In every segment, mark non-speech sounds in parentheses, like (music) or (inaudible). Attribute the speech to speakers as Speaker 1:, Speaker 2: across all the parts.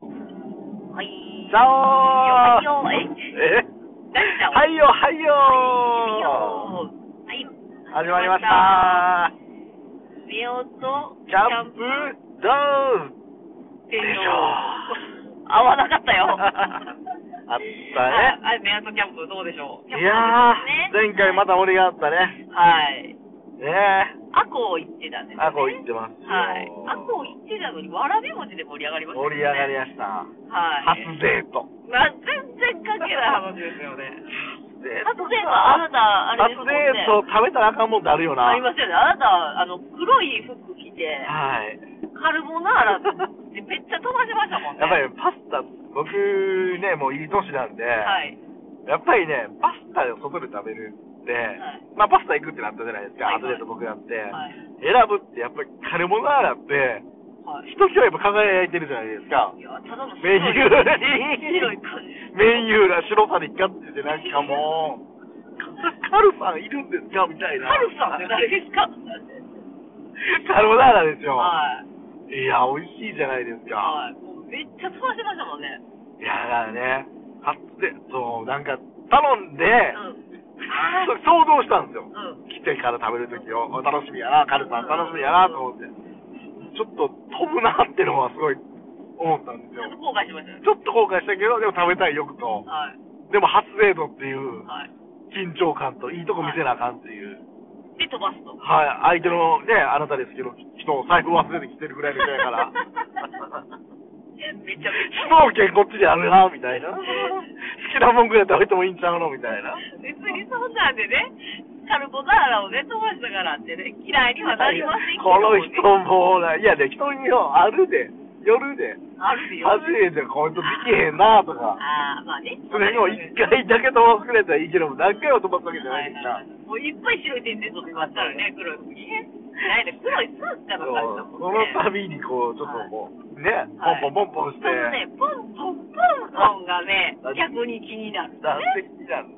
Speaker 1: はい。
Speaker 2: ザ
Speaker 1: はいよ
Speaker 2: オ
Speaker 1: はいよ
Speaker 2: え
Speaker 1: なんだ
Speaker 2: はいよ
Speaker 1: は
Speaker 2: はい
Speaker 1: い
Speaker 2: よ
Speaker 1: よはい。
Speaker 2: 始まりました
Speaker 1: 目をと
Speaker 2: キャンプゾーン
Speaker 1: っていう
Speaker 2: でしょ
Speaker 1: 合わなかったよ。
Speaker 2: (laughs) あったね
Speaker 1: はい、メアトキャンプどうでしょう。
Speaker 2: いやー前回ま
Speaker 1: た。
Speaker 2: た俺があったね
Speaker 1: はい。
Speaker 2: ね
Speaker 1: アコ行ってたんです、ね。
Speaker 2: アコ行ってますよ
Speaker 1: はい。アコ行ってたのに、わらび餅で盛り上がりました、ね。
Speaker 2: 盛り上がり
Speaker 1: が
Speaker 2: ました
Speaker 1: は
Speaker 2: 初
Speaker 1: い。
Speaker 2: デート
Speaker 1: まあ、全然関係ない話です
Speaker 2: (laughs)
Speaker 1: よね。
Speaker 2: 初デ
Speaker 1: 初デートはあなた、あれですもんね。
Speaker 2: 初デート食べたらあかんもんってあるよな
Speaker 1: ありますよね。あなた、あの、黒い服着て、
Speaker 2: はい
Speaker 1: カルボナーラってめっちゃ飛ばしましたもんね。
Speaker 2: やっぱりパスタ僕ねもういい年なんで、
Speaker 1: はい。
Speaker 2: やっぱりね、パスタを外で食べるって、
Speaker 1: はい
Speaker 2: まあパスタ行くってなったじゃないですか、
Speaker 1: はい
Speaker 2: 後でと僕やって、
Speaker 1: はい。
Speaker 2: 選ぶってやっぱりカルボナーラって、
Speaker 1: はい。
Speaker 2: ひときわやっぱ輝いてるじゃないですか
Speaker 1: い。や、ただの
Speaker 2: メニュー
Speaker 1: 白
Speaker 2: らに
Speaker 1: い感じ。
Speaker 2: メニューが白さにガッてて、なんかもう、カルさんいるんですかみたいな。
Speaker 1: カルさんって誰ですか
Speaker 2: カルボナーラですよ。
Speaker 1: はい。
Speaker 2: いや、美味しいじゃないですか。
Speaker 1: はい。もうめっちゃ飛ばしましたもんね。
Speaker 2: いや、だからね、初で、そう、なんか頼んで、
Speaker 1: うん。あ
Speaker 2: そう想像したんですよ。
Speaker 1: ーうん。
Speaker 2: 来てから食べるときを、あ楽しみやな、カルさん楽しみやなと思って、ちょっと飛ぶなってのはすごい思ったんです
Speaker 1: ちょ
Speaker 2: よ
Speaker 1: っと。後悔しましたね
Speaker 2: ち。ょっと後悔したけど、でも食べたい欲と、
Speaker 1: はい。
Speaker 2: でも初デートっていう
Speaker 1: はい。
Speaker 2: 緊張感と、いいとこ見せなあかんっていう、
Speaker 1: で、飛ばすと。
Speaker 2: はい、相手のね、あなたですけど、人を財布忘れてきてるぐらいの人やから、
Speaker 1: めちゃめち
Speaker 2: 主
Speaker 1: ゃ。
Speaker 2: 導権こっちであるな、みたいな。好きなもんぐらい食べてもいいんちゃうのみたいな。
Speaker 1: 別にそんなんでね、カルボナーラをね、飛ばしたからってね、嫌いにはなりませんけど、
Speaker 2: この
Speaker 1: ね。
Speaker 2: 人もうな、いやね、人によ、あるで、夜で。
Speaker 1: あるよ。
Speaker 2: 初めてこいつできへんなとか、
Speaker 1: ああ、まあね。
Speaker 2: それにも一回だけ飛ばすくれたらいいけど、何回も飛ばすわけじゃないです
Speaker 1: は
Speaker 2: か
Speaker 1: いはいは。いもういっぱい白い点々飛びますからね、黒い服にね。ないね、黒いスーツかなんかでした
Speaker 2: そ
Speaker 1: もん
Speaker 2: うその
Speaker 1: ね。
Speaker 2: 度にこう、ちょっとこう、ね、
Speaker 1: はい
Speaker 2: ポンポンポンポンし
Speaker 1: そ
Speaker 2: て、
Speaker 1: のね、ポンポンポンポンがね
Speaker 2: あ、
Speaker 1: 逆に気になる、ね。
Speaker 2: 男性的なの。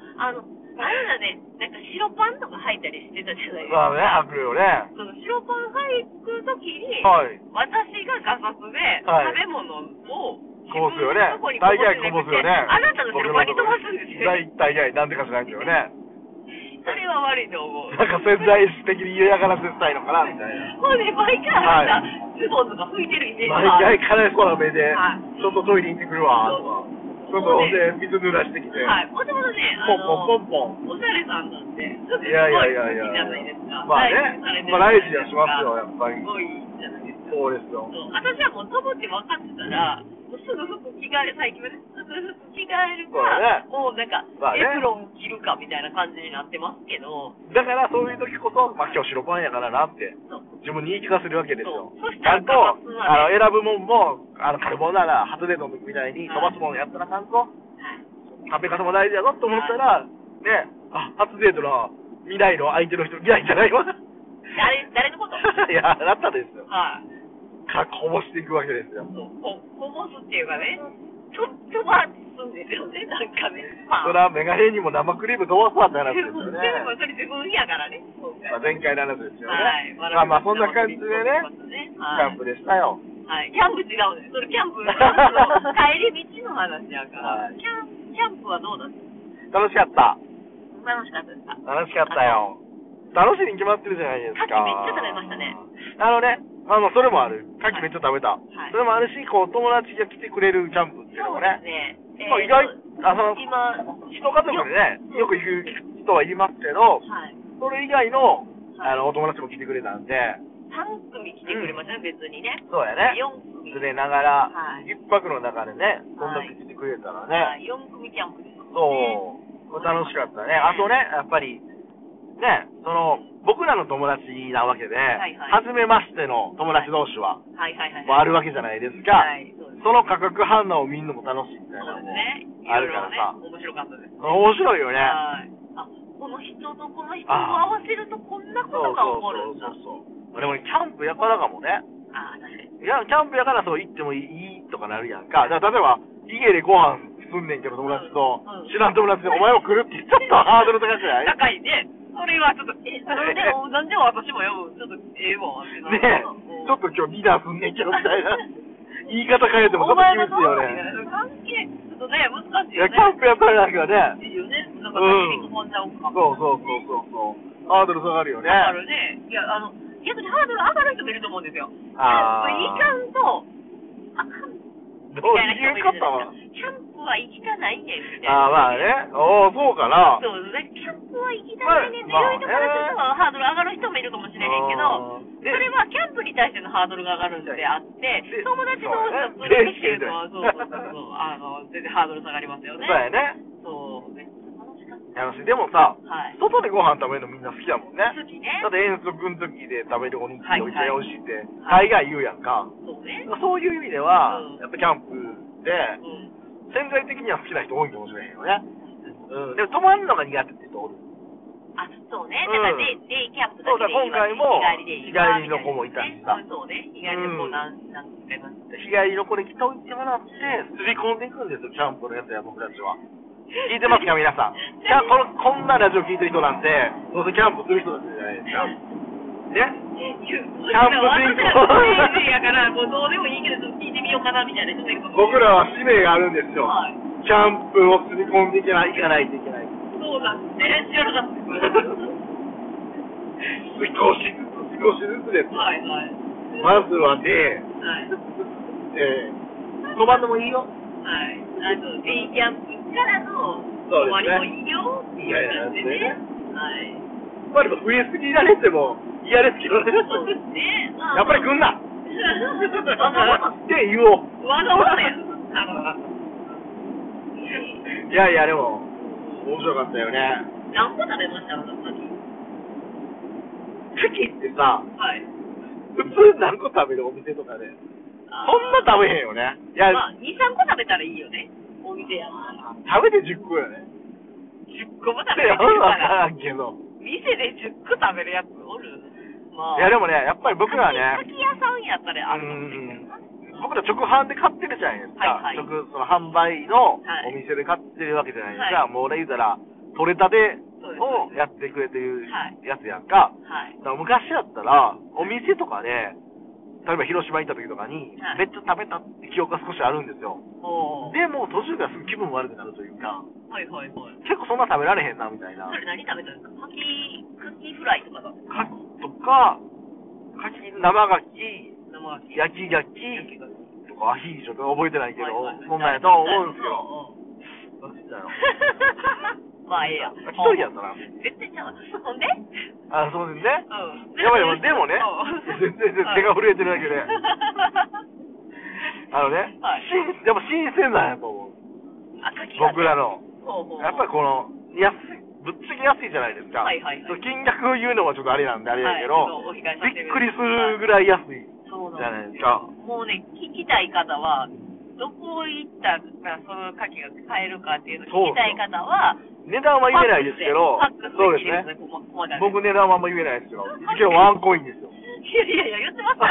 Speaker 1: もう、あの、あれだね、なんか白パンとか履いたりしてたじゃないですか。
Speaker 2: まあね、白よね。
Speaker 1: その白パン履くときに、
Speaker 2: はい。
Speaker 1: 私がガサツで、
Speaker 2: はい
Speaker 1: 食べ物を
Speaker 2: こぼすよね
Speaker 1: 自分のとこに。
Speaker 2: 大概こぼすよね。
Speaker 1: あなたの車に飛ばすんですよ。
Speaker 2: 大大概、なんでか知らんけどね。
Speaker 1: それは悪いと思う。
Speaker 2: なんか潜在意識的に言いながら接したいのかな、みたいな。
Speaker 1: ほんで、毎回
Speaker 2: はい
Speaker 1: あなた、ズボンとか拭いてるイメージがある。
Speaker 2: 毎回辛いそうな目で
Speaker 1: はい、
Speaker 2: ちょっとトイレ行ってくるわ、とか。ちょっとほんで水濡らしてきて、
Speaker 1: はい。もともとね、あ
Speaker 2: ポン
Speaker 1: の、
Speaker 2: ポンポンポン。
Speaker 1: おしゃれさんだって、ちょっとすごい
Speaker 2: いやいやいやい
Speaker 1: 好
Speaker 2: や
Speaker 1: きじゃないですか。
Speaker 2: まあね
Speaker 1: 大事にされてる
Speaker 2: まあ大事にはしますよやっぱ
Speaker 1: す
Speaker 2: り
Speaker 1: ごいじゃないですか。
Speaker 2: そうですよ。
Speaker 1: そう私はもう、とぼって分かってたら、もうすぐ服着替える、最近はね、すぐ服着替えるか、もうなんか、
Speaker 2: まあね
Speaker 1: エプロン着るかみたいな感じになってますけど、
Speaker 2: だからそういう時こそ、まあ、今日白パンやからなって、
Speaker 1: そう
Speaker 2: 自分に言い聞かせるわけですよ。
Speaker 1: そうそし
Speaker 2: ち
Speaker 1: たら
Speaker 2: ゃんと、
Speaker 1: ガバスは
Speaker 2: あの、
Speaker 1: ね
Speaker 2: 選ぶもんも、あの、カルボナーラ、初デートの時みたいに、飛ばすもんやったらちゃんと、食べ方も大事やぞと思ったら、ね、あ、初デートの未来の相手の人、未来じゃないわ。
Speaker 1: 誰、誰のことはい、
Speaker 2: (laughs) いや、あなたですよ。か、こぼしていくわけですよ。
Speaker 1: そうこ、こぼすっていうかね、ちょっとばすんですよね、なんかね、
Speaker 2: そら、メガネにも生クリーム飛ばすわって話です
Speaker 1: でも
Speaker 2: よ
Speaker 1: そ
Speaker 2: ね。
Speaker 1: (laughs) れ自分やからね。
Speaker 2: まあ、前回の話ですよね。
Speaker 1: はい。
Speaker 2: まあまあ、そんな感じでね、キ
Speaker 1: は
Speaker 2: ャン
Speaker 1: い
Speaker 2: プ。でしたよ。
Speaker 1: はい。キャンプ違うね。それキャンプ、キ
Speaker 2: (laughs)
Speaker 1: ャンプの帰り道の話やから。
Speaker 2: はい
Speaker 1: キャンキャンプはどうだった
Speaker 2: 楽しかった。
Speaker 1: 楽しかったですか
Speaker 2: 楽しかったよ。楽しいに決まってるじゃないですか。
Speaker 1: 牡蠣めっちゃ食べましたね。
Speaker 2: あのね、あの、それもある。牡蠣めっちゃ食べた。
Speaker 1: い
Speaker 2: それもあるし、こう、友達が来てくれるキャンプってい
Speaker 1: そ
Speaker 2: うの
Speaker 1: う
Speaker 2: も
Speaker 1: で
Speaker 2: ね
Speaker 1: す。ね。えー
Speaker 2: まあ、意外、あの、
Speaker 1: 今、
Speaker 2: 一家族でね、よく行く人はいますけど、
Speaker 1: はい。
Speaker 2: それ以外の、
Speaker 1: はい
Speaker 2: あの、お友達も来てくれたんで、
Speaker 1: 3組来てくれましたね、別にね。
Speaker 2: そうやね。
Speaker 1: 4組。
Speaker 2: 連れながら
Speaker 1: は、い
Speaker 2: 一泊の中でね、そんな
Speaker 1: はい
Speaker 2: 来てくれたら
Speaker 1: は
Speaker 2: ね、
Speaker 1: い4組キャンプですもんね。
Speaker 2: そう、楽しかったね。あとね、やっぱり、ね、その、僕らの友達なわけで、
Speaker 1: いはい
Speaker 2: 初めましての友達同士は、
Speaker 1: はいはいはい。
Speaker 2: もうあるわけじゃないですか、
Speaker 1: はい。そうです
Speaker 2: その価格反応を見るのも楽しいみたい
Speaker 1: そう
Speaker 2: な
Speaker 1: です
Speaker 2: のも
Speaker 1: ね。
Speaker 2: あるからさ
Speaker 1: い、ろいろね面白かったです。
Speaker 2: 面白いよね。
Speaker 1: はい。あ、この人とこの人を合わせるとこんな
Speaker 2: そう
Speaker 1: ことが起こるんだ。
Speaker 2: そうそうそう。でもキャンプやからかもね。
Speaker 1: あー、確かに。
Speaker 2: いや、キャンプやからそう行ってもいいとかなるやんか。だから例えば、家でご飯すんねんけど友達と、
Speaker 1: うんうん
Speaker 2: 知らん友達でお前も来るってちょっとハードル高くない
Speaker 1: 高いね。それはちょっと、え、なんでも、なんでも私も読む。ちょっと、ええわ、ってなる (laughs)
Speaker 2: ねえ、ちょっと今日リーダーすんねんけどみたいな。言い方変えてもちょっと厳しいよね。
Speaker 1: 関係、ちょっとね、難しい
Speaker 2: い
Speaker 1: よ
Speaker 2: や、
Speaker 1: ね。
Speaker 2: キャンプやったらなんか
Speaker 1: い
Speaker 2: ね、
Speaker 1: いよね。なんか、切り込んじゃおう
Speaker 2: そ
Speaker 1: か。
Speaker 2: うそうそうそうそう。ハードル下がるよね。
Speaker 1: だからね、いや、あの、逆にハードル上がる人もいると思うんですよ。
Speaker 2: あー
Speaker 1: いかんと、あかんみ
Speaker 2: どう
Speaker 1: たいな人
Speaker 2: い
Speaker 1: も
Speaker 2: う
Speaker 1: い
Speaker 2: 方
Speaker 1: るじゃ
Speaker 2: は
Speaker 1: ないですか。キャンプは行きたないねんみたい
Speaker 2: あ
Speaker 1: な。
Speaker 2: あ、まあね。おお、そうかな。
Speaker 1: そうね、キャンプは行きたないねんって
Speaker 2: まあ
Speaker 1: 言う人からするとハードル上がる人もいるかもしれへんけど、そ
Speaker 2: で
Speaker 1: れはキャンプに対してのハードルが上がるんであって
Speaker 2: で、
Speaker 1: 友達同士のプレイしてるのは、そうそうそうそう、あの、全然ハードル下がりますよ
Speaker 2: そう
Speaker 1: ね。
Speaker 2: やね。
Speaker 1: そう、めっちゃ楽しかった。
Speaker 2: やし、でもさ、
Speaker 1: はい。
Speaker 2: 外でご飯食べるのみんな好きだもんね。
Speaker 1: 好きね。
Speaker 2: だって遠足の時で食べるお肉
Speaker 1: はい
Speaker 2: めっちゃ美味しいって、
Speaker 1: はい
Speaker 2: 大概言うやんか。
Speaker 1: そうね。
Speaker 2: そういう意味では
Speaker 1: うん、
Speaker 2: やっぱキャンプで、
Speaker 1: うん。
Speaker 2: 潜在的には好きな人多いかもしれへんよね。うん。でも泊まるのが苦手って人おる。
Speaker 1: あ、そうね。
Speaker 2: うん
Speaker 1: だからデイ、デイキャンプだ
Speaker 2: そ
Speaker 1: け
Speaker 2: うだ
Speaker 1: でいいわ
Speaker 2: 今回も
Speaker 1: 日帰りでいいわ
Speaker 2: 日帰りの子もいたしさ
Speaker 1: みいなねそうね。日帰りの子なん、なんて言います
Speaker 2: 日帰りの子に来ておいてもらって、すり込んでいくんですよ、キャンプのやつや僕たちは。聞いて (laughs) ますか、皆さん。キャンこのこんなラジオ聞いてる人なんて、どうせキャンプする人たちじゃないですか。ね
Speaker 1: キャンプ
Speaker 2: ャンプ人口
Speaker 1: やから、もうどうでもいいけど、ちょっと聞いてみようかなみたいな人もいるかもし
Speaker 2: 僕
Speaker 1: れない。
Speaker 2: らは使命があるんですよ。
Speaker 1: はい。
Speaker 2: キャンプをすり込んでいかないいかないといけない。
Speaker 1: そうだね。知らなかったです。
Speaker 2: 少しずつ、少しずつです。
Speaker 1: はいはい。
Speaker 2: まずはね、
Speaker 1: はい。
Speaker 2: えー、飛ばんでもいいよ。
Speaker 1: はい。あの、デイキャンプからの
Speaker 2: そ
Speaker 1: 終
Speaker 2: う
Speaker 1: わり
Speaker 2: ですね
Speaker 1: もいいよっていう感じで
Speaker 2: いやいや
Speaker 1: ね。はい。
Speaker 2: まあでも増えすぎられても嫌ですけどね。
Speaker 1: そうです
Speaker 2: (laughs)
Speaker 1: ね。まあ
Speaker 2: やっぱり来んなっ
Speaker 1: わざわざ
Speaker 2: て言おう。
Speaker 1: わざわざやなるほど。
Speaker 2: いやいや、でも、面白かったよね。
Speaker 1: 何個食べました私さっき。
Speaker 2: 牡蠣って
Speaker 1: は
Speaker 2: さ、
Speaker 1: い。
Speaker 2: 普通何個食べるお店とかで、そ
Speaker 1: あー
Speaker 2: んな食べへんよね。いや、
Speaker 1: まあ、2、3個食べたらいいよね。お店やもんな
Speaker 2: 食べて10個よね。
Speaker 1: 10個も食
Speaker 2: い
Speaker 1: べれ
Speaker 2: や、
Speaker 1: る
Speaker 2: 分
Speaker 1: から。
Speaker 2: からんけど。
Speaker 1: 店で10個食べるやつおるまあ。
Speaker 2: いや、でもね、やっぱり僕らは
Speaker 1: 牡蠣
Speaker 2: ね、
Speaker 1: 屋さんやったらあるかもしれんけどな
Speaker 2: 僕ら直販で買ってるじゃないですか。
Speaker 1: はいはい
Speaker 2: 直、その販売の
Speaker 1: はい
Speaker 2: お店で買ってるわけじゃないですか。
Speaker 1: はい
Speaker 2: もう俺言うたら、取れたて
Speaker 1: そうです
Speaker 2: をやってくれてる
Speaker 1: はい
Speaker 2: やつやんか。
Speaker 1: はい。
Speaker 2: だから昔だったら、お店とかで、例えば広島行った時とかに、
Speaker 1: はい
Speaker 2: めっちゃ食べたって記憶が少しあるんですよ。
Speaker 1: おー
Speaker 2: でも途中からすぐ気分悪くなるというか、
Speaker 1: はいはいはい。
Speaker 2: 結構そんな食べられへんなみたいな
Speaker 1: そ。れ何食べたんですか牡蠣、クッキーフライとかだ。
Speaker 2: カキとか、カキ生ガキ、
Speaker 1: 生牡蠣。
Speaker 2: 焼きガキ
Speaker 1: 焼き牡蠣
Speaker 2: とかアヒージョとか覚えてないけど、
Speaker 1: はいはいはい
Speaker 2: そんなんやとは思うんですよ。
Speaker 1: うんうん
Speaker 2: どっちだろ
Speaker 1: (laughs)
Speaker 2: う
Speaker 1: まあええや。
Speaker 2: 一人やったな
Speaker 1: 絶対ちゃうわ。ほんで
Speaker 2: あ、そうですね。
Speaker 1: うん
Speaker 2: やばいやばい、でもね
Speaker 1: うん、
Speaker 2: (laughs) 全然手が震えてるだ
Speaker 1: (laughs)
Speaker 2: けで、あのね、
Speaker 1: はい
Speaker 2: 新やっぱ新鮮なんやと思う。
Speaker 1: 赤木がね
Speaker 2: 僕らの。
Speaker 1: ほうほう
Speaker 2: やっぱりこの、安い、ぶっちゃけ安いじゃないですか。
Speaker 1: はいはいはい
Speaker 2: ちょっと金額を言うのはちょっとあれなんであれや
Speaker 1: は
Speaker 2: け
Speaker 1: いちょっと
Speaker 2: ど、
Speaker 1: お控えさせて
Speaker 2: びっ
Speaker 1: く
Speaker 2: く
Speaker 1: だ
Speaker 2: り
Speaker 1: さい
Speaker 2: す
Speaker 1: そう
Speaker 2: るぐらい安いじゃ
Speaker 1: な
Speaker 2: なんい
Speaker 1: で
Speaker 2: ですす
Speaker 1: よ
Speaker 2: か。
Speaker 1: もうね、聞きたい方は、どこ行ったらその牡蠣が買えるかっていうのを聞きたい方は、
Speaker 2: 値段は言えないですけ
Speaker 1: フ
Speaker 2: ど
Speaker 1: ァックス、
Speaker 2: そう
Speaker 1: でき
Speaker 2: です
Speaker 1: るん
Speaker 2: ね。
Speaker 1: ここまで
Speaker 2: 僕値段はあんま言えないですけど、一応ワンコインですよ。
Speaker 1: いやいやいや、言ってます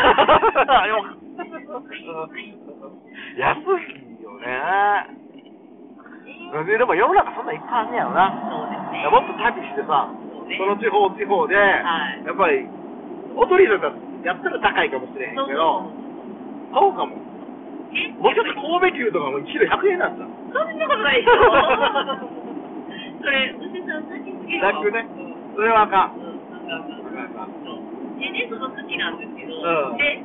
Speaker 2: (laughs) あ
Speaker 1: (laughs)
Speaker 2: よか
Speaker 1: よ。
Speaker 2: 安いよね。ででも世の中そんなんいっぱいあんねやろな。
Speaker 1: そうですね。
Speaker 2: もっと旅してさ、
Speaker 1: そうね
Speaker 2: その地方地方で、
Speaker 1: はい
Speaker 2: やっぱり、おとりだったらやったら高いかもしれへんけど、そうかも。
Speaker 1: え
Speaker 2: もうちょっと神戸牛とかも1キロ100円なんだ。
Speaker 1: そんなことないでしょ。それ、牛さん、泣きすぎるわ。
Speaker 2: 楽ね
Speaker 1: うん。
Speaker 2: それはあかん。
Speaker 1: うん、なんか、
Speaker 2: あかんあかん
Speaker 1: そう。でね、その時なんですけど、
Speaker 2: うん
Speaker 1: で、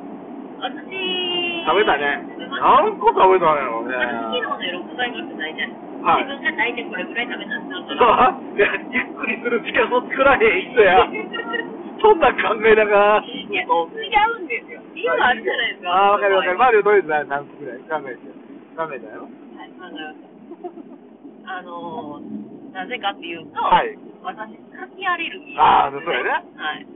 Speaker 1: 私、
Speaker 2: 食べたね
Speaker 1: 食べ。ました
Speaker 2: 何個食べたんやろうね。
Speaker 1: 私、昨日ね、6倍ぐらい泣いて、
Speaker 2: はい
Speaker 1: 自分が泣いてこれぐらい食べたんちゃう
Speaker 2: そ
Speaker 1: か
Speaker 2: う
Speaker 1: な。
Speaker 2: いやゆっくりする時間を作らへん人や。そんなん考えながら。
Speaker 1: いや、違うんですよ。理由あるじゃないですか。
Speaker 2: あー、わかるわかる。
Speaker 1: は
Speaker 2: マリオとりあえず何個ぐらい考えて。考えた
Speaker 1: い、考え
Speaker 2: よ。
Speaker 1: ました。あ (laughs) のー、なぜかっていうと、
Speaker 2: はい
Speaker 1: 私、柿アレルギーな
Speaker 2: あー
Speaker 1: んです、
Speaker 2: そうやね
Speaker 1: はい。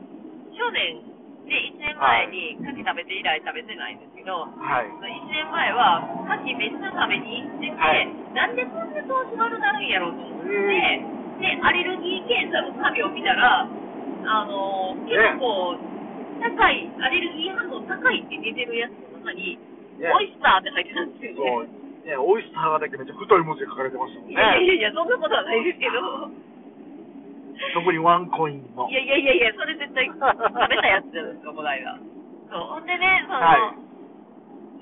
Speaker 1: 去年、で、1年前に柿食べて以来食べてないんですけど、
Speaker 2: はい。
Speaker 1: 1年前は牡蠣めっちゃ食べに行ってて、
Speaker 2: はい
Speaker 1: なんでこんな調子悪なるんやろうと思って、
Speaker 2: う
Speaker 1: でアレルギー検査の紙を見たら、あのー結
Speaker 2: ね
Speaker 1: 構、高い、アレルギー反応高いって出てるやつの中に、
Speaker 2: ね
Speaker 1: オイスターって入ってたんです
Speaker 2: そ
Speaker 1: よ
Speaker 2: う
Speaker 1: ね。。
Speaker 2: ね、オイスターだけめっちゃ太い文字が書かれてましたもん
Speaker 1: いやい
Speaker 2: ね。
Speaker 1: やいや、そんなことはないですけど、
Speaker 2: 特にワンコインの。
Speaker 1: いやいやいやいや、それ絶対食べたやつじゃないですか、この間。そうほんでね、その、
Speaker 2: はい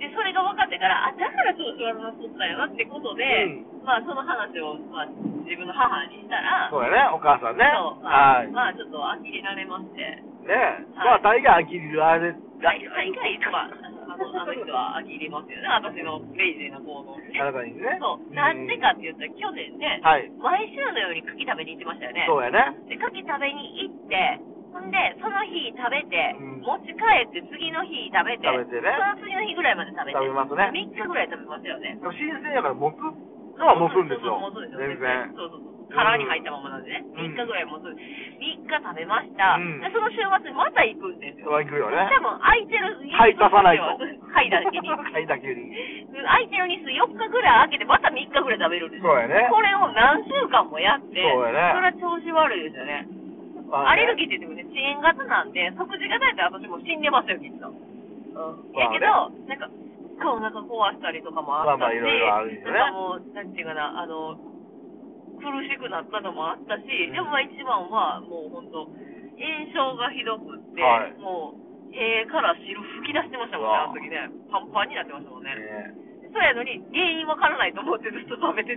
Speaker 1: で、それが分かってから、あ、だから調子悪なっとったんやなってことで、
Speaker 2: う
Speaker 1: まあ、その話を、まあ、自分の母にしたら、
Speaker 2: そうやね、お母さんね。
Speaker 1: そう
Speaker 2: はい。ね
Speaker 1: まあ、まあちょっと飽きになれまして、
Speaker 2: まあ、大概飽きるあれ、
Speaker 1: 大大概、まあ、あのあの人は飽きりますよね、私のクレイジーな行動にね
Speaker 2: あ。なたにね。
Speaker 1: そう、なんでかって言ったら、去年ね、
Speaker 2: はい。
Speaker 1: 毎週のように牡蠣食べに行ってましたよね。
Speaker 2: そうやね。
Speaker 1: で、牡蠣食べに行って、ほんで、その日食べて、
Speaker 2: うん
Speaker 1: 持ち帰って、次の日食べて、
Speaker 2: 食べてね
Speaker 1: その次の日ぐらいまで食べて、
Speaker 2: 食べますね
Speaker 1: 3日ぐらい食べますよね。
Speaker 2: でも新鮮やから持つのは持つんですよ。
Speaker 1: 持つんですよ
Speaker 2: 全然。
Speaker 1: そうそうそう。殻に入ったままなんでね。
Speaker 2: う
Speaker 1: 3
Speaker 2: ん
Speaker 1: 日ぐらい持つ。3日食べました。
Speaker 2: うん
Speaker 1: でその週末にまた行くんです
Speaker 2: そ
Speaker 1: よ。
Speaker 2: ういくよね。
Speaker 1: 多分空いてる日
Speaker 2: 買い足さ
Speaker 1: (laughs)
Speaker 2: ないと。
Speaker 1: はい、だけに。
Speaker 2: (laughs) 買いだけに。
Speaker 1: 空いてる日数4日ぐらい空けて、また3日ぐらい食べるんですよ。
Speaker 2: そうやね。
Speaker 1: これを何週間もやって、
Speaker 2: そうやね
Speaker 1: それは調子悪いですよね。アレルギーって言ってもね、遅延型なんで、即時型やったら私もう死んでますよ、きっと。うん。
Speaker 2: ま
Speaker 1: や
Speaker 2: あ
Speaker 1: け
Speaker 2: ね
Speaker 1: ど、なんか、お腹壊したりとかもあった
Speaker 2: まあまあ
Speaker 1: し、
Speaker 2: いろいろあるんですよね
Speaker 1: なんかもう、なんていうかな、あの、苦しくなったのもあったし、
Speaker 2: ん
Speaker 1: でもまあ一番は、もう本当炎症がひどくって、
Speaker 2: はい
Speaker 1: もう、えから汁吹き出してましたもんね、あの時ね。パンパンになってましたもんね。
Speaker 2: ね
Speaker 1: そうやのに、原因わからないと思ってずっと食べてて、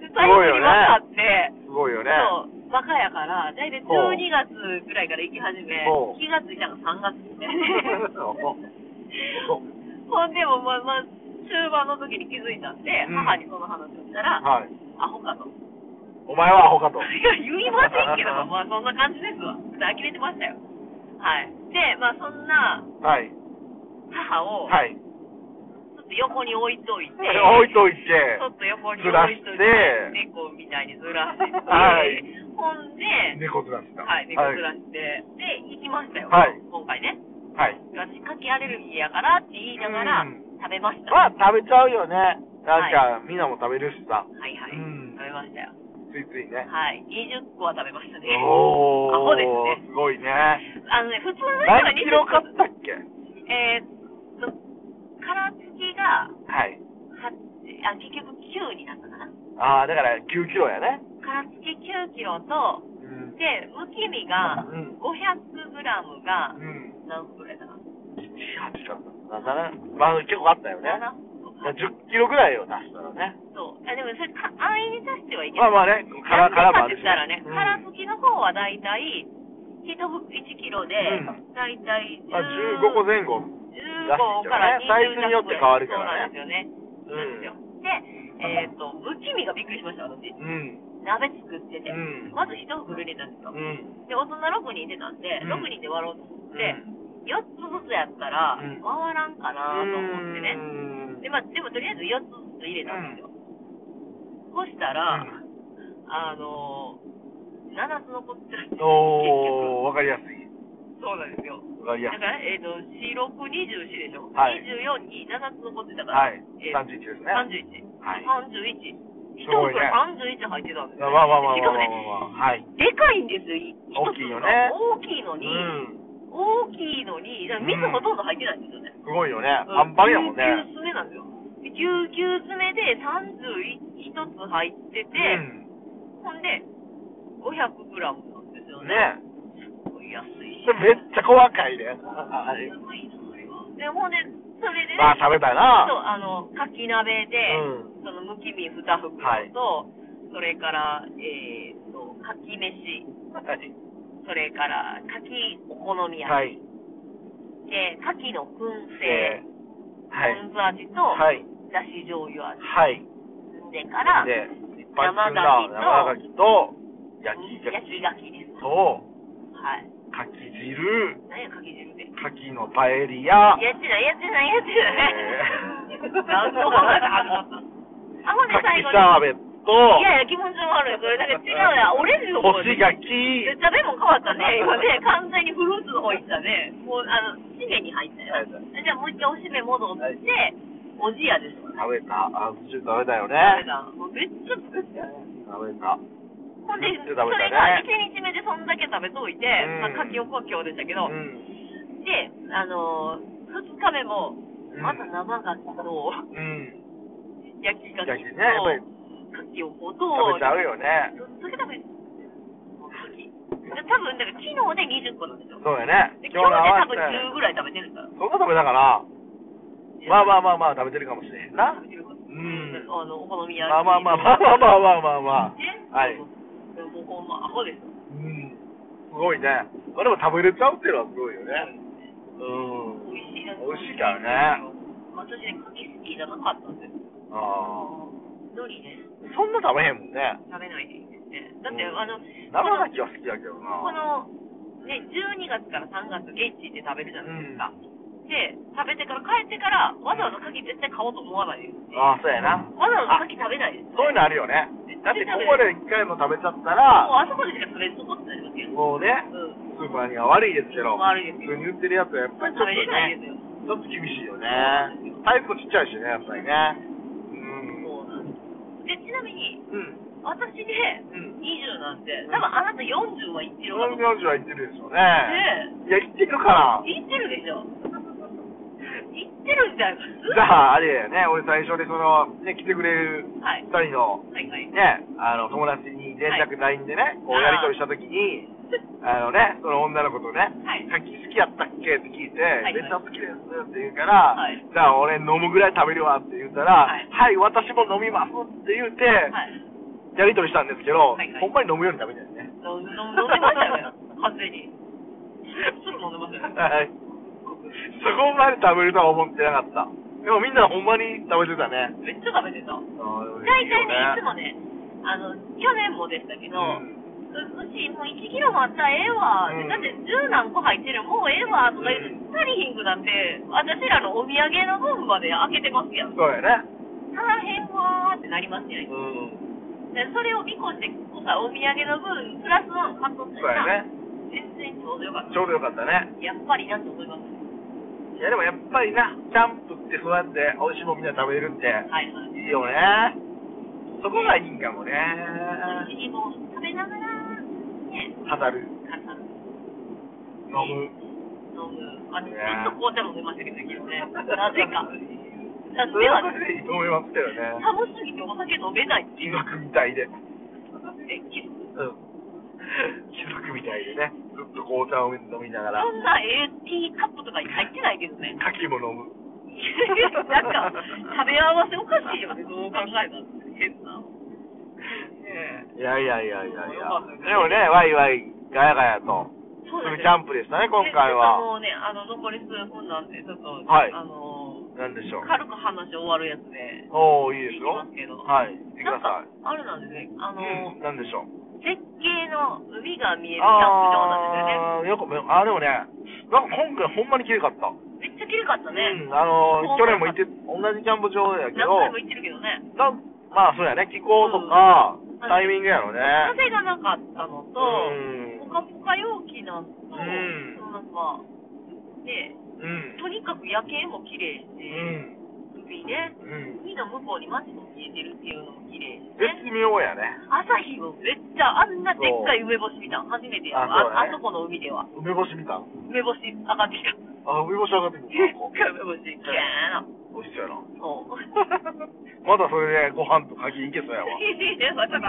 Speaker 1: で
Speaker 2: す
Speaker 1: 最
Speaker 2: ご
Speaker 1: 後
Speaker 2: いよ
Speaker 1: に
Speaker 2: ね
Speaker 1: 分かって、
Speaker 2: すごいよね。
Speaker 1: そう、バカやから、だいたい12月ぐらいから行き始め
Speaker 2: ほう、
Speaker 1: 気がついたのが3月ですね (laughs)
Speaker 2: (laughs) そう
Speaker 1: ほんでも、まあまあ、終盤の時に気づいたんで、
Speaker 2: うん
Speaker 1: 母にその話をしたら、
Speaker 2: はい。
Speaker 1: アホかと。
Speaker 2: お前はアホかと。
Speaker 1: (laughs) いや、言いませんけど
Speaker 2: (laughs)
Speaker 1: も、まあそんな感じですわ。呆れてましたよ。はい。で、まあそんな
Speaker 2: はい。
Speaker 1: 母を、
Speaker 2: はい。
Speaker 1: ちょっと横に置いといて、
Speaker 2: (laughs) 置いといて。
Speaker 1: ちょっと横に置
Speaker 2: ずら
Speaker 1: い
Speaker 2: して
Speaker 1: といて、猫みたいにずらして、
Speaker 2: はい
Speaker 1: ほんで、
Speaker 2: 猫ずらした。
Speaker 1: はい、猫ずら
Speaker 2: し
Speaker 1: して、で、行きましたよ、
Speaker 2: はい
Speaker 1: 今回ね。
Speaker 2: た。はい。
Speaker 1: 私、カキアレルギーやからって言いながら
Speaker 2: うん、
Speaker 1: 食べました。
Speaker 2: ま
Speaker 1: は
Speaker 2: あ、食べちゃうよね。なんか、みんなも食べるしさ。
Speaker 1: いはい、
Speaker 2: うん
Speaker 1: 食べましたよ。
Speaker 2: ついついね。
Speaker 1: はい、20個は食べましたね。
Speaker 2: おー。
Speaker 1: アホですね。
Speaker 2: すごいね。
Speaker 1: (laughs) あのね、普通の人は
Speaker 2: 何キロ買
Speaker 1: 20
Speaker 2: っ
Speaker 1: 個。
Speaker 2: たっけ
Speaker 1: えー、っと、殻付きが
Speaker 2: はい。
Speaker 1: 8、あ、結局9になったかな。
Speaker 2: ああ、だから9キロやね。
Speaker 1: 殻付き9キロと、
Speaker 2: うん。
Speaker 1: で、むき身が
Speaker 2: うん
Speaker 1: 500グラムが
Speaker 2: うん。
Speaker 1: 何個ぐらいだな。
Speaker 2: 7、8かった。7、まあ結構あったよね。
Speaker 1: 7
Speaker 2: 10キロぐらいを出したらね。
Speaker 1: そう。あでもそれか、安易に足してはいけ
Speaker 2: ま
Speaker 1: な
Speaker 2: あ
Speaker 1: い。
Speaker 2: まあね、殻殻もあるし。
Speaker 1: からね、
Speaker 2: うん
Speaker 1: 殻付きの方はだいたい1袋1キロで
Speaker 2: う、
Speaker 1: だいたい
Speaker 2: まあ15個前後。
Speaker 1: 15から20
Speaker 2: サイズによって変わるか
Speaker 1: そ
Speaker 2: らね
Speaker 1: うなんですよね。そうなんですよ。で、えっ、と、むき身がびっくりしました、私。
Speaker 2: うん。
Speaker 1: 鍋作ってて。
Speaker 2: うん
Speaker 1: まず1袋入れたんですよ。
Speaker 2: うん。
Speaker 1: で、大人6人出たんで、
Speaker 2: うん
Speaker 1: 6人で割ろうと思って、
Speaker 2: うん
Speaker 1: 4つずつやったら、
Speaker 2: うん
Speaker 1: 回らんかなと思ってね。
Speaker 2: うん
Speaker 1: で、まあ、でもとりあえず4つずつ入れたんですよ。そしたら、
Speaker 2: うん
Speaker 1: あのー、7つ残ってるんですよ
Speaker 2: おー、わかりやすい。
Speaker 1: 結局そうなんですよ。
Speaker 2: わかりや
Speaker 1: だ
Speaker 2: す
Speaker 1: から、
Speaker 2: い。
Speaker 1: えっ、と、4、6、24でしょ、
Speaker 2: はい
Speaker 1: 24に7つ残ってたから、
Speaker 2: はい。
Speaker 1: えー
Speaker 2: 31ですね。
Speaker 1: 31。
Speaker 2: はい。
Speaker 1: 31。一
Speaker 2: すごいね
Speaker 1: 袋31入ってたんです
Speaker 2: ま
Speaker 1: よ、
Speaker 2: あまあまあまあ
Speaker 1: し
Speaker 2: ま
Speaker 1: か
Speaker 2: あ
Speaker 1: も
Speaker 2: まあ
Speaker 1: ね、
Speaker 2: まあ。はい。
Speaker 1: でかいんですよ、い一つが
Speaker 2: 大きいよね
Speaker 1: 大きいのに、
Speaker 2: うん。
Speaker 1: 大きいのに、だから水ほとんど入ってないんですよね。
Speaker 2: すごいよね。パンパンやもんね。
Speaker 1: 9詰めなんですよ。で99詰めで31つ入ってて、ほんで、500グラムなんですよ
Speaker 2: うん。
Speaker 1: ね。
Speaker 2: ね
Speaker 1: すごい安いし。
Speaker 2: それめっちゃ細かいね。はい
Speaker 1: すごいな、あれは。で、ほんで、それでね、
Speaker 2: まあ食べたい
Speaker 1: そう
Speaker 2: な。
Speaker 1: あの、かき鍋で、
Speaker 2: う
Speaker 1: その、むき身2袋と、
Speaker 2: はい
Speaker 1: それから、えーっと、かき飯、
Speaker 2: ん。
Speaker 1: それから、かきお好み焼き、
Speaker 2: はい。
Speaker 1: で、かきの燻製
Speaker 2: え、ーはい。
Speaker 1: ポン酢味と、
Speaker 2: はい。
Speaker 1: だし醤油味。
Speaker 2: はい。
Speaker 1: でから、
Speaker 2: で、いっぱい
Speaker 1: 生
Speaker 2: 作
Speaker 1: 牡蠣
Speaker 2: んだ
Speaker 1: と
Speaker 2: 生牡蠣と、焼き
Speaker 1: 焼きガキです。
Speaker 2: 牡蠣と、
Speaker 1: はい。
Speaker 2: 牡蠣汁、
Speaker 1: 何や、かき汁で。
Speaker 2: 牡蠣のパエリア、
Speaker 1: やってない、やってない、やってない。何の話か始ま
Speaker 2: えー
Speaker 1: った。 (laughs) あ、ほんで
Speaker 2: 牡
Speaker 1: 最
Speaker 2: 蠣
Speaker 1: 後
Speaker 2: シャーベッ
Speaker 1: に。
Speaker 2: ト
Speaker 1: い、やいや、気持ち悪い。それだけ違うや。オレンジの
Speaker 2: 干
Speaker 1: 方
Speaker 2: し
Speaker 1: に。めっ
Speaker 2: 牡蠣、
Speaker 1: ちゃでも変わったね。今ね、完全にフルーツの方行ったね。もう、あの、締めに入ったよ。じゃあもう一回お締め戻って、
Speaker 2: はい
Speaker 1: おじやです。食
Speaker 2: 食べた、あ、宇宙食べたよ
Speaker 1: べ
Speaker 2: ね。
Speaker 1: た。もうめっちゃ作ったよね。
Speaker 2: 食べた。
Speaker 1: ほんで、
Speaker 2: めっち
Speaker 1: そ
Speaker 2: ゃ食べ
Speaker 1: れ
Speaker 2: た
Speaker 1: が
Speaker 2: ね
Speaker 1: 1日目でそんだけ食べといて、
Speaker 2: うん
Speaker 1: まあ、かきおこきょうでしたけど、
Speaker 2: うん。
Speaker 1: で、あのー、2日目も、また生牡蠣と、
Speaker 2: うん。
Speaker 1: 焼き牡蠣と、
Speaker 2: 焼きねやっぱり
Speaker 1: かきおこと、
Speaker 2: 食べちゃうよね。
Speaker 1: ちょっとだけ食べる。もう牡蠣。多分、だから昨日で20個なんですよ。
Speaker 2: そうやね
Speaker 1: で。今
Speaker 2: 今日の合わ
Speaker 1: 日で多
Speaker 2: せ
Speaker 1: 分
Speaker 2: て。
Speaker 1: 10ぐらい食べてるから。
Speaker 2: そんな食べたから、
Speaker 1: えじ
Speaker 2: ま
Speaker 1: ゃ
Speaker 2: あまあまあまあ食べてるかもしれへんな
Speaker 1: あ、
Speaker 2: うん
Speaker 1: あの、お好み焼き。
Speaker 2: まあまあまあまあまあまあまあまあまあ
Speaker 1: ね
Speaker 2: はい
Speaker 1: もうほんま、アホですよ。
Speaker 2: うんすごいねまあでも食べれちゃうっていうのはすごいよねうん
Speaker 1: 美味しいな。
Speaker 2: 美味しいからね。
Speaker 1: 私ね、柿好きじゃなかったんですよ。
Speaker 2: ああ
Speaker 1: 海苔ね、
Speaker 2: そんな食べへんもんね
Speaker 1: 食べないでいいですね。だって、
Speaker 2: うん
Speaker 1: あの、
Speaker 2: 生牡蠣は好きだけど
Speaker 1: こ
Speaker 2: な
Speaker 1: の、ね、12月から3月、現地行って食べるじゃないですか。で、食べてから、帰ってから、わざわざ牡蠣絶対買おうと思わないですし、わ
Speaker 2: ああそうやな
Speaker 1: ざわざ牡蠣食べないです、ね。
Speaker 2: そういうのあるよね
Speaker 1: 絶
Speaker 2: だっ
Speaker 1: 対
Speaker 2: て
Speaker 1: 食べ
Speaker 2: ここ
Speaker 1: ない
Speaker 2: で一回も食べちゃった
Speaker 1: もう
Speaker 2: ら
Speaker 1: あそこでしか食べるとこってなりますけど。
Speaker 2: もうね
Speaker 1: うん。
Speaker 2: スーパーには悪いですけど
Speaker 1: 悪いです
Speaker 2: 普
Speaker 1: よ
Speaker 2: 通に売ってるやつはやっぱりちょ
Speaker 1: 食
Speaker 2: っと
Speaker 1: べれない
Speaker 2: ね
Speaker 1: ですよ。
Speaker 2: ちょっと厳しいよねタイプちっちゃいしねやっぱりねうん
Speaker 1: そうなんです。で、ちなみに、
Speaker 2: うん
Speaker 1: 私で
Speaker 2: うん
Speaker 1: 20なんて、多分あなた40は行ってるかと
Speaker 2: 4
Speaker 1: 思う。
Speaker 2: 名字は言ってるでしょうね
Speaker 1: ね
Speaker 2: いや言ってるから
Speaker 1: え、行ってるでしょ。行ってるんじゃないです
Speaker 2: じゃああれだよね俺最初でそのね来てくれる
Speaker 1: はい
Speaker 2: 2。人の
Speaker 1: はいはい。
Speaker 2: ねあの友達に連絡 LINE でねこう
Speaker 1: あー
Speaker 2: やり取りした時にあのねその女の子とね
Speaker 1: はい。
Speaker 2: さっき好きやったっけって聞いて、
Speaker 1: い
Speaker 2: めっちゃ好きですって言うから、
Speaker 1: はい
Speaker 2: じゃあ俺飲むぐらい食べるわって言ったら、
Speaker 1: はい
Speaker 2: はい、私も飲みますって言って、
Speaker 1: はい。
Speaker 2: やり取りしたんですけ
Speaker 1: は
Speaker 2: ど、
Speaker 1: いはい
Speaker 2: ほんまに飲むように食べたよね。
Speaker 1: 飲んでましたよね。完全に。すぐ飲んでましたよね。
Speaker 2: はいそこまで食べるとは思ってなかった。でもみんなほんまに食べてたね。
Speaker 1: めっちゃ食べてた。
Speaker 2: 大
Speaker 1: 大体ね、いつもね、あの、去年もでしたけど、うちもう1キロもあったらええわ、
Speaker 2: うん
Speaker 1: だって10何個入ってるもうええわとか言う
Speaker 2: う
Speaker 1: と、足りひんくなって私らのお土産の分まで開けてますやん
Speaker 2: そうやね。
Speaker 1: 足らへんわーってなりますやん
Speaker 2: うん。
Speaker 1: でそれを見越してこうさお土産の分プラスワン買っとった
Speaker 2: そう
Speaker 1: ら、
Speaker 2: やね。
Speaker 1: 全然ちょうどよかっ
Speaker 2: ちょうどよかったね。
Speaker 1: たやっぱりなって思います
Speaker 2: いやでもやっぱりな、キャンプってそうやって美味しいもんみんな食べれるって、
Speaker 1: はいはい
Speaker 2: いいよね。そこがいいんかもね。
Speaker 1: 私にも食べながらね
Speaker 2: 語る。
Speaker 1: 買ったの
Speaker 2: 飲む。
Speaker 1: 飲むあの
Speaker 2: ね
Speaker 1: ずっと紅茶飲んでましたけどね昨日ねなぜかな
Speaker 2: そ
Speaker 1: ぜ
Speaker 2: れ
Speaker 1: は
Speaker 2: はそれでいいと思いますけどね。
Speaker 1: 寒すぎてお酒飲めないって
Speaker 2: 貴
Speaker 1: いう
Speaker 2: 族みたいで。うん。
Speaker 1: えき
Speaker 2: 貴族みたいでね。ずっと紅茶を飲みながら
Speaker 1: そ、んな AT カップとかに入ってないけどね。
Speaker 2: 牡蠣も飲む。
Speaker 1: なんか、食べ合わせおかしいよね、どう考えたって。変な。ねえ
Speaker 2: いやいやいやいやい
Speaker 1: よかったですね
Speaker 2: や。でもね、ワイワイ、ガヤガヤと、
Speaker 1: そう
Speaker 2: す
Speaker 1: です
Speaker 2: るキャンプでしたね、今回は。
Speaker 1: もうね、あの、残り数分なんで、ちょっと、
Speaker 2: はい
Speaker 1: あの、
Speaker 2: なんでしょう。
Speaker 1: 軽く話終わるやつで、
Speaker 2: おー、いい
Speaker 1: いき
Speaker 2: ですよ
Speaker 1: ますけど。
Speaker 2: はい、行って
Speaker 1: な
Speaker 2: くだ
Speaker 1: んか
Speaker 2: さい。、
Speaker 1: あれなんですね、あの、
Speaker 2: うん、なんでしょう。
Speaker 1: 絶景の海が見えるキャンプ場なん
Speaker 2: あー、よく、あー、でもね、なんか今回ほんまに綺麗かった。
Speaker 1: ですよね。めっちゃ綺麗かったね。
Speaker 2: うん、あのー、
Speaker 1: そう
Speaker 2: 去年も行って、同じキャンプ場やけ
Speaker 1: 何
Speaker 2: ど、
Speaker 1: 回も行ってるけどね。
Speaker 2: なんまあそうやね、気候とか、
Speaker 1: ん
Speaker 2: タイミングやろね。
Speaker 1: 風がなかったのと、
Speaker 2: う
Speaker 1: ぽ
Speaker 2: ん
Speaker 1: かぽか陽気なんと、
Speaker 2: ん
Speaker 1: なんか、で、
Speaker 2: うん。
Speaker 1: とにかく夜景も綺麗
Speaker 2: う
Speaker 1: し、
Speaker 2: ん。
Speaker 1: 海ね、
Speaker 2: うん。
Speaker 1: 海の向こうに街も見えてるっていうのも綺麗しね、
Speaker 2: 絶妙やね。
Speaker 1: 朝日もめっちゃ、あんなでっかい梅干し見たの初めてや
Speaker 2: あそう
Speaker 1: わああ
Speaker 2: だね
Speaker 1: そこの海では。
Speaker 2: 梅干し見た
Speaker 1: 梅干し上がってきた。
Speaker 2: あ、梅干し上がってく
Speaker 1: で
Speaker 2: る
Speaker 1: っ
Speaker 2: なんか
Speaker 1: かい梅干し、キャーな。
Speaker 2: 美味しそうやな。
Speaker 1: そう。
Speaker 2: まだそれでご飯と鍵いけそうやわ。
Speaker 1: そうだよな、今日のこ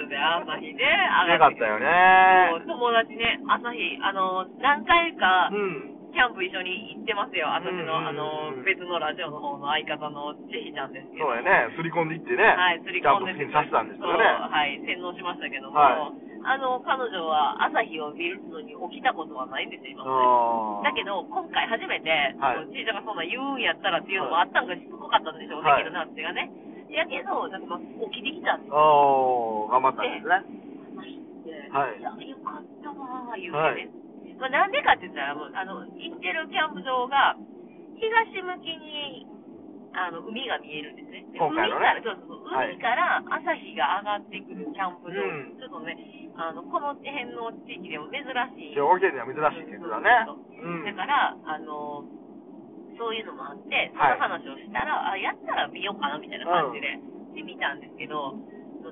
Speaker 1: とで朝日ね、上
Speaker 2: よ
Speaker 1: がっ
Speaker 2: か
Speaker 1: きて
Speaker 2: ってたよ
Speaker 1: も
Speaker 2: ね。
Speaker 1: う友達ね、朝日、あの、何回か
Speaker 2: う、ん。
Speaker 1: キャンプ一緒に行ってますよ。私の、
Speaker 2: うん
Speaker 1: あの
Speaker 2: うん、
Speaker 1: 別のラジオの方の相方の千尋ちゃんですけど。
Speaker 2: そうやね。すり込んでいってね。
Speaker 1: はい、釣り込んで
Speaker 2: キャンプ付近に刺したんですよね。
Speaker 1: そうはい、洗脳しましたけども、
Speaker 2: は
Speaker 1: あの、彼女は朝日を見るのに起きたことはないんですよ、今まで。
Speaker 2: あ
Speaker 1: だ
Speaker 2: ー
Speaker 1: け、ど、今回初めて、
Speaker 2: はい
Speaker 1: ちいちゃんがそんなん言うんやったらっていうのもあったんがしつこかったんでしょうね、
Speaker 2: はい
Speaker 1: けどな、私がね。やけど、なんか起きてきたんですよ。
Speaker 2: おー、頑張ったんですね。
Speaker 1: 朝日って、
Speaker 2: はい
Speaker 1: いや、よかったわー、言うてね。まあ、なんでかって言ったら、もう、あの、行ってるキャンプ場が、東向きに、あの、海が見えるんですね。で
Speaker 2: 今回の
Speaker 1: 海
Speaker 2: ね
Speaker 1: から、そうそうそう
Speaker 2: はい
Speaker 1: 海から朝日が上がってくるキャンプ場、
Speaker 2: うん
Speaker 1: ちょっとね、あの、この辺の地域でも珍しい。
Speaker 2: 兵庫県では珍しいけどだね。うん。
Speaker 1: だから、あの、そういうのもあって、そ
Speaker 2: は
Speaker 1: の
Speaker 2: い
Speaker 1: 話をしたら、あ、やったら見ようかなみたいな感じで、で、見たんですけど、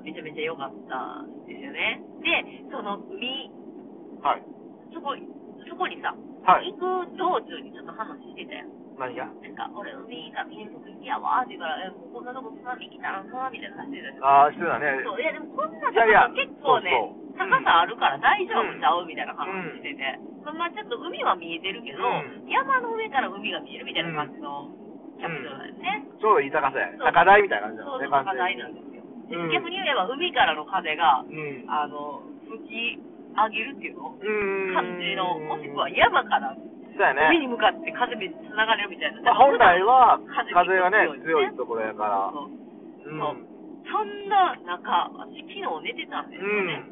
Speaker 1: めちゃめちゃ良かったんですよね。で、その海、
Speaker 2: はい。
Speaker 1: そこ、そこにさ、
Speaker 2: はい。
Speaker 1: 行く道中にちょっと話してたやん。
Speaker 2: 何が
Speaker 1: なんか、俺海が見えるとこ行きやわーって言うから、え、もうこんなとこ津波来たらなーみたいな感じで。
Speaker 2: あー、してたね。
Speaker 1: そう、いやでもこんない
Speaker 2: やい
Speaker 1: 高
Speaker 2: や
Speaker 1: さ結構ね
Speaker 2: そうそうう、ん
Speaker 1: 高さあるから大丈夫ちゃうみたいな話してて、まあ、ちょっと海は見えてるけど、
Speaker 2: うん
Speaker 1: 山の上から海が見えるみたいな感じのキャンプ場なんですね。
Speaker 2: ちょうどいい高さ
Speaker 1: そ
Speaker 2: や
Speaker 1: う。
Speaker 2: 高台みたいな感じな
Speaker 1: そう
Speaker 2: の
Speaker 1: そ
Speaker 2: ね、
Speaker 1: う、
Speaker 2: 完
Speaker 1: 高
Speaker 2: 全
Speaker 1: 台
Speaker 2: に
Speaker 1: なんですよ。
Speaker 2: うん
Speaker 1: 逆に言えば、海からの風が、
Speaker 2: うん。
Speaker 1: あの、吹き上げるっていうの
Speaker 2: うん。
Speaker 1: 感じの、もしくは山から
Speaker 2: そうや
Speaker 1: 海
Speaker 2: ね。
Speaker 1: に向かって風めっちゃ流れるみたいな。
Speaker 2: まあ、本来は
Speaker 1: 風
Speaker 2: 風がね
Speaker 1: 結構、強
Speaker 2: 強
Speaker 1: いですね
Speaker 2: いところやから。
Speaker 1: そう
Speaker 2: うん。
Speaker 1: そうそんな中、私昨日寝てたんですよね。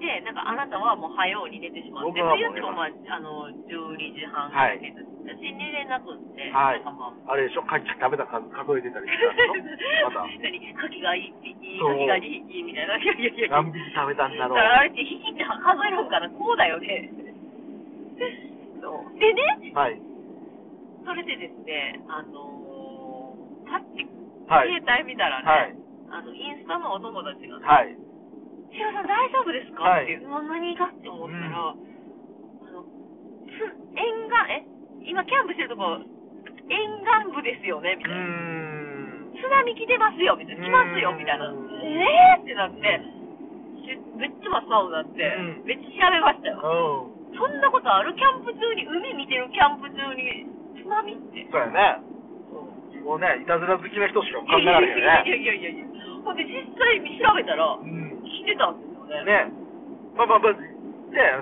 Speaker 1: で、なんかあなたはもう早うに寝てしまって、
Speaker 2: 僕はもう
Speaker 1: 冬ってもまあ、あの、12時半
Speaker 2: はい
Speaker 1: 寝てた私寝れなくって、
Speaker 2: はい
Speaker 1: なんかま
Speaker 2: (laughs)
Speaker 1: あ、
Speaker 2: うん。あれでしょ、かき食べた
Speaker 1: (laughs)
Speaker 2: 数数えてたりしてたのまた。
Speaker 1: 何カキが一匹、
Speaker 2: そう
Speaker 1: カキが二匹みたいな。いやいやいや。
Speaker 2: 何匹食べたんだろ
Speaker 1: だ
Speaker 2: う
Speaker 1: からあれって匹って数えるんからこうだよね。そうでね、
Speaker 2: はい。
Speaker 1: それでですね、あのー、パッて
Speaker 2: はい
Speaker 1: 携帯見たらね、
Speaker 2: はい
Speaker 1: あの、インスタのお友達がね、
Speaker 2: はい。
Speaker 1: 千代さん大丈夫ですか、
Speaker 2: はい
Speaker 1: っていう、もう何がって思ったら、あ
Speaker 2: う
Speaker 1: の、つ沿岸、え、今キャンプしてるとこ、沿岸部ですよねみ
Speaker 2: う
Speaker 1: たいな。 (laughs)
Speaker 2: ん。
Speaker 1: 津波来てますよみたいな。来ますよ
Speaker 2: うん
Speaker 1: みたいな。
Speaker 2: うん
Speaker 1: えーってなって、しめっちゃ真っ青になって、
Speaker 2: うん
Speaker 1: めっちゃ調べましたよ。
Speaker 2: うん。
Speaker 1: そんなことあるキャンプ中に、海見てるキャンプ中に、津波って。
Speaker 2: そうやね。もうね、いたずら好きな人しか考えられへん
Speaker 1: いや (laughs)
Speaker 2: よね。
Speaker 1: いやいやいやいや。ほんで実際に調べたら、
Speaker 2: うん。
Speaker 1: 来てたんですよね。
Speaker 2: ね。まあまあまあ、ね、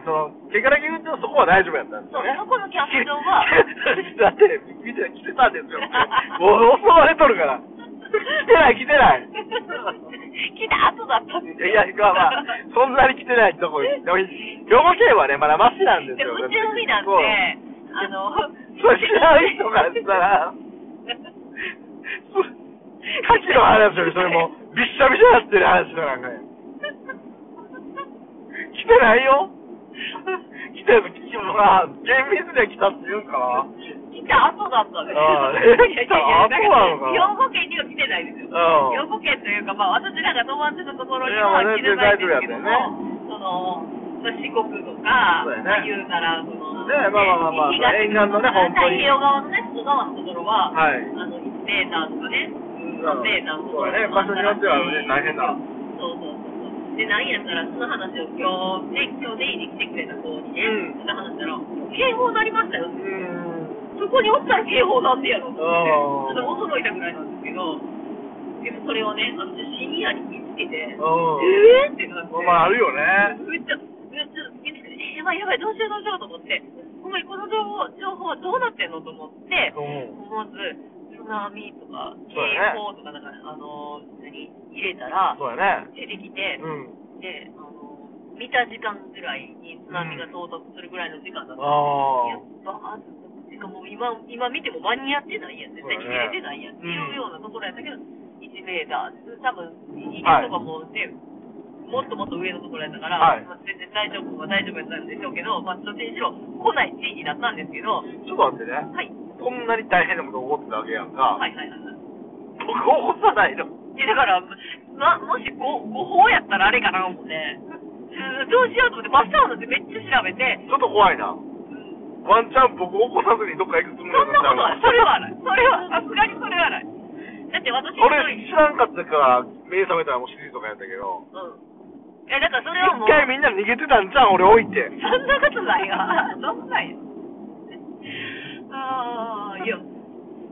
Speaker 2: その、毛から言うとそこは大丈夫やったんです
Speaker 1: そう
Speaker 2: よね。
Speaker 1: そこのキャンプ場は
Speaker 2: (laughs) だって、見て、来てたんですよ。もう襲われとるから。来てない、来てない。
Speaker 1: 来た後だったんです
Speaker 2: い
Speaker 1: よ。
Speaker 2: や、まあまあ、そんなに来てないとこに。でも、兵庫県はね、まだマシなんです
Speaker 1: で
Speaker 2: よ。
Speaker 1: もうちの海なんで、
Speaker 2: そう
Speaker 1: あの、
Speaker 2: そう知らない人 (laughs) からしたら、さっきの話よりそれも、びっしゃびしゃなってる話だからね。来てないよ。来てる、来てる、まあ、厳密には来たって言うんかな。
Speaker 1: 来た後だったんですよ。い
Speaker 2: ああ
Speaker 1: やいやいや
Speaker 2: 来た後なの
Speaker 1: 兵
Speaker 2: かな
Speaker 1: 庫県には来てないですよ。
Speaker 2: う
Speaker 1: 兵
Speaker 2: ん
Speaker 1: 庫県というか、まあ、私らが友達のところに
Speaker 2: いやま
Speaker 1: は
Speaker 2: あ
Speaker 1: 来てないんですけども、その、まあ四国とか、
Speaker 2: そうやね
Speaker 1: まあ言うなら、その、
Speaker 2: ねまあまあまあまあ
Speaker 1: 東
Speaker 2: 沿岸のね本当
Speaker 1: 太
Speaker 2: に
Speaker 1: 平洋側のね、外側のところは、
Speaker 2: はい
Speaker 1: あの、1メーターとかね、3メーターと
Speaker 2: そう
Speaker 1: か。
Speaker 2: だね場所によってはね大変だ
Speaker 1: そうそうそう。で、なんやったら、その話を今日、ね、今日ネイに来てくれた子にね、
Speaker 2: う
Speaker 1: そ
Speaker 2: ん
Speaker 1: の話したら、警報鳴りましたよ
Speaker 2: う。
Speaker 1: そ
Speaker 2: ん。
Speaker 1: こにおったら警報なんでやろと思って、ち
Speaker 2: あー
Speaker 1: ょっと驚いたぐらいなんですけど、でもそれをね、あのシニアに見つけて、え
Speaker 2: う
Speaker 1: ー
Speaker 2: ん
Speaker 1: ってなって、
Speaker 2: まあ、あるよね。
Speaker 1: めっちゃ、めっちゃ見つけて、えーやばいやばい、どうしようどうしようと思って、ほんまにこの情報情報はどうなってんのと思って、
Speaker 2: うん。
Speaker 1: 思わず、津波とか、警
Speaker 2: そうやね
Speaker 1: 報とか、なんか、あの、何、入れたら、
Speaker 2: そうやね。
Speaker 1: 出てきて、
Speaker 2: うん。
Speaker 1: で、あの、見た時間ぐらいに津波が到達するぐらいの時間だった
Speaker 2: あ
Speaker 1: やっぱ、あてかもう今、今見ても間に合ってないやん、絶対逃げれてないやんっていうようなところやったけど、1メーター、多分、人間とかもね、もっともっと上のところやったから、
Speaker 2: はい
Speaker 1: まあ全然大丈夫は大丈夫やったんでしょうけど、まあ、どっちにしろ来ない地域だったんですけど、は
Speaker 2: ちょっと待ってね。
Speaker 1: い、
Speaker 2: こんなに大変なこと起こってたわけやん
Speaker 1: は
Speaker 2: か。
Speaker 1: いはいはいはい。
Speaker 2: 僕起こさないの。
Speaker 1: いやだから、ま、もしご、誤報やったらあれかな、思って。うんどうしようと思って、真っ青なんでめっちゃ調べて、
Speaker 2: ちょっと怖いな。
Speaker 1: うん
Speaker 2: ワンチャン僕起こさずにどっか行く
Speaker 1: そ
Speaker 2: つも
Speaker 1: んな
Speaker 2: り
Speaker 1: こと
Speaker 2: だ
Speaker 1: は、
Speaker 2: った
Speaker 1: それはない。それは、さすがにそれはない。だって私一
Speaker 2: 俺
Speaker 1: 人
Speaker 2: 知らんかったから、目覚めたらもう死とかやったけ
Speaker 1: う
Speaker 2: ど。
Speaker 1: ん。いや、だからそれはもう、
Speaker 2: 一回みんな逃げてたんじゃん、俺置いて。
Speaker 1: そんなことないわ。そんなんや。ああ、いや、す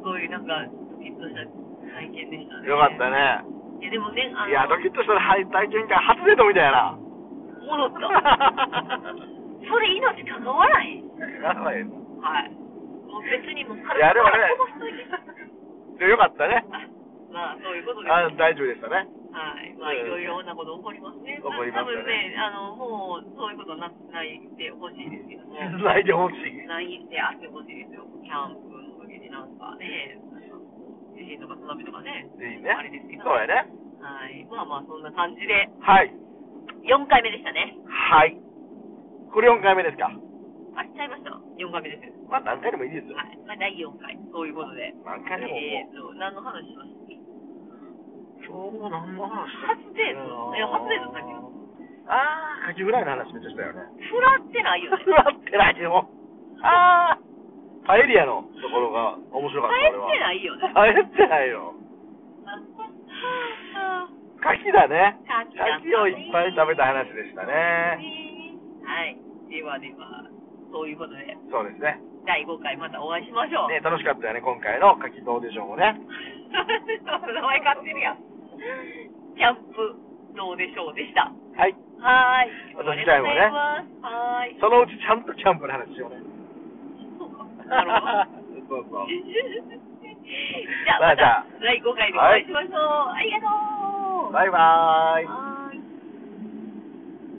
Speaker 1: ごい、なんか、ドキッとした体験でしたね。
Speaker 2: よかった。ね。
Speaker 1: いや、でもね、あの、
Speaker 2: いや、ドキッとしたら体験会初デートみたいやな。
Speaker 1: 戻った。それ命関わらへん。
Speaker 2: やばい
Speaker 1: はい。もう別にもう
Speaker 2: いやでもね
Speaker 1: こぼしといて。
Speaker 2: でよかったね。
Speaker 1: あまあ、そういうことです。
Speaker 2: あ大丈夫でしたね。
Speaker 1: はい。まあ、いろいろなこと起こりますね。
Speaker 2: 起こりますよ
Speaker 1: 多分
Speaker 2: ね
Speaker 1: ね、あの、もう、そういうことなないでほしいですけど
Speaker 2: (laughs)
Speaker 1: も。
Speaker 2: 泣いてほしい。
Speaker 1: ないんであってほしいですよ。キャンプの時になんかね、なんかこう地震とか津波とかね。
Speaker 2: いいね
Speaker 1: あれですけ。ど。
Speaker 2: そうやね。
Speaker 1: はい。まあまあ、そんな感じで、
Speaker 2: はい。
Speaker 1: 4回目でしたね。
Speaker 2: はい。これ4回目ですか。
Speaker 1: あ、しちゃいました。4回目です。
Speaker 2: まあ何回でもいいですよ
Speaker 1: は。い。まあ、第4回。そういうことで。
Speaker 2: 何回でももう
Speaker 1: えーと、何の話しましたっけ
Speaker 2: 今日何の話
Speaker 1: 初デートいや初デートだけど
Speaker 2: あー、カキフライの話めっちゃしたよね。
Speaker 1: ふらってないよね。
Speaker 2: ふらってないよ。あー、パエリアのところが面白かった、俺は。
Speaker 1: パエってないよね
Speaker 2: パエってないよ。カキだね。
Speaker 1: カキだね
Speaker 2: カキをいっぱい食べた話でしたね。
Speaker 1: はい。ではでは。そういうことで、
Speaker 2: そうですね。
Speaker 1: 第5回またお会いしましょう。
Speaker 2: ね、楽しかったよね、今回の夏季オーディションもね。
Speaker 1: (laughs) 名前買ってるやん。キャンプどうでしょうでした。
Speaker 2: はい。
Speaker 1: はーい。
Speaker 2: 私自体も
Speaker 1: ありがとうご
Speaker 2: ね
Speaker 1: ざいます。はーい。
Speaker 2: そのうちちゃんとキャンプの話しようね。
Speaker 1: なるほど。 (laughs)
Speaker 2: そう (laughs) そう。
Speaker 1: じゃあ、
Speaker 2: まあ
Speaker 1: ま
Speaker 2: じゃあ
Speaker 1: (laughs) た第5回でお会いしましょう。ありがとう。
Speaker 2: バイバーイ。
Speaker 1: はーい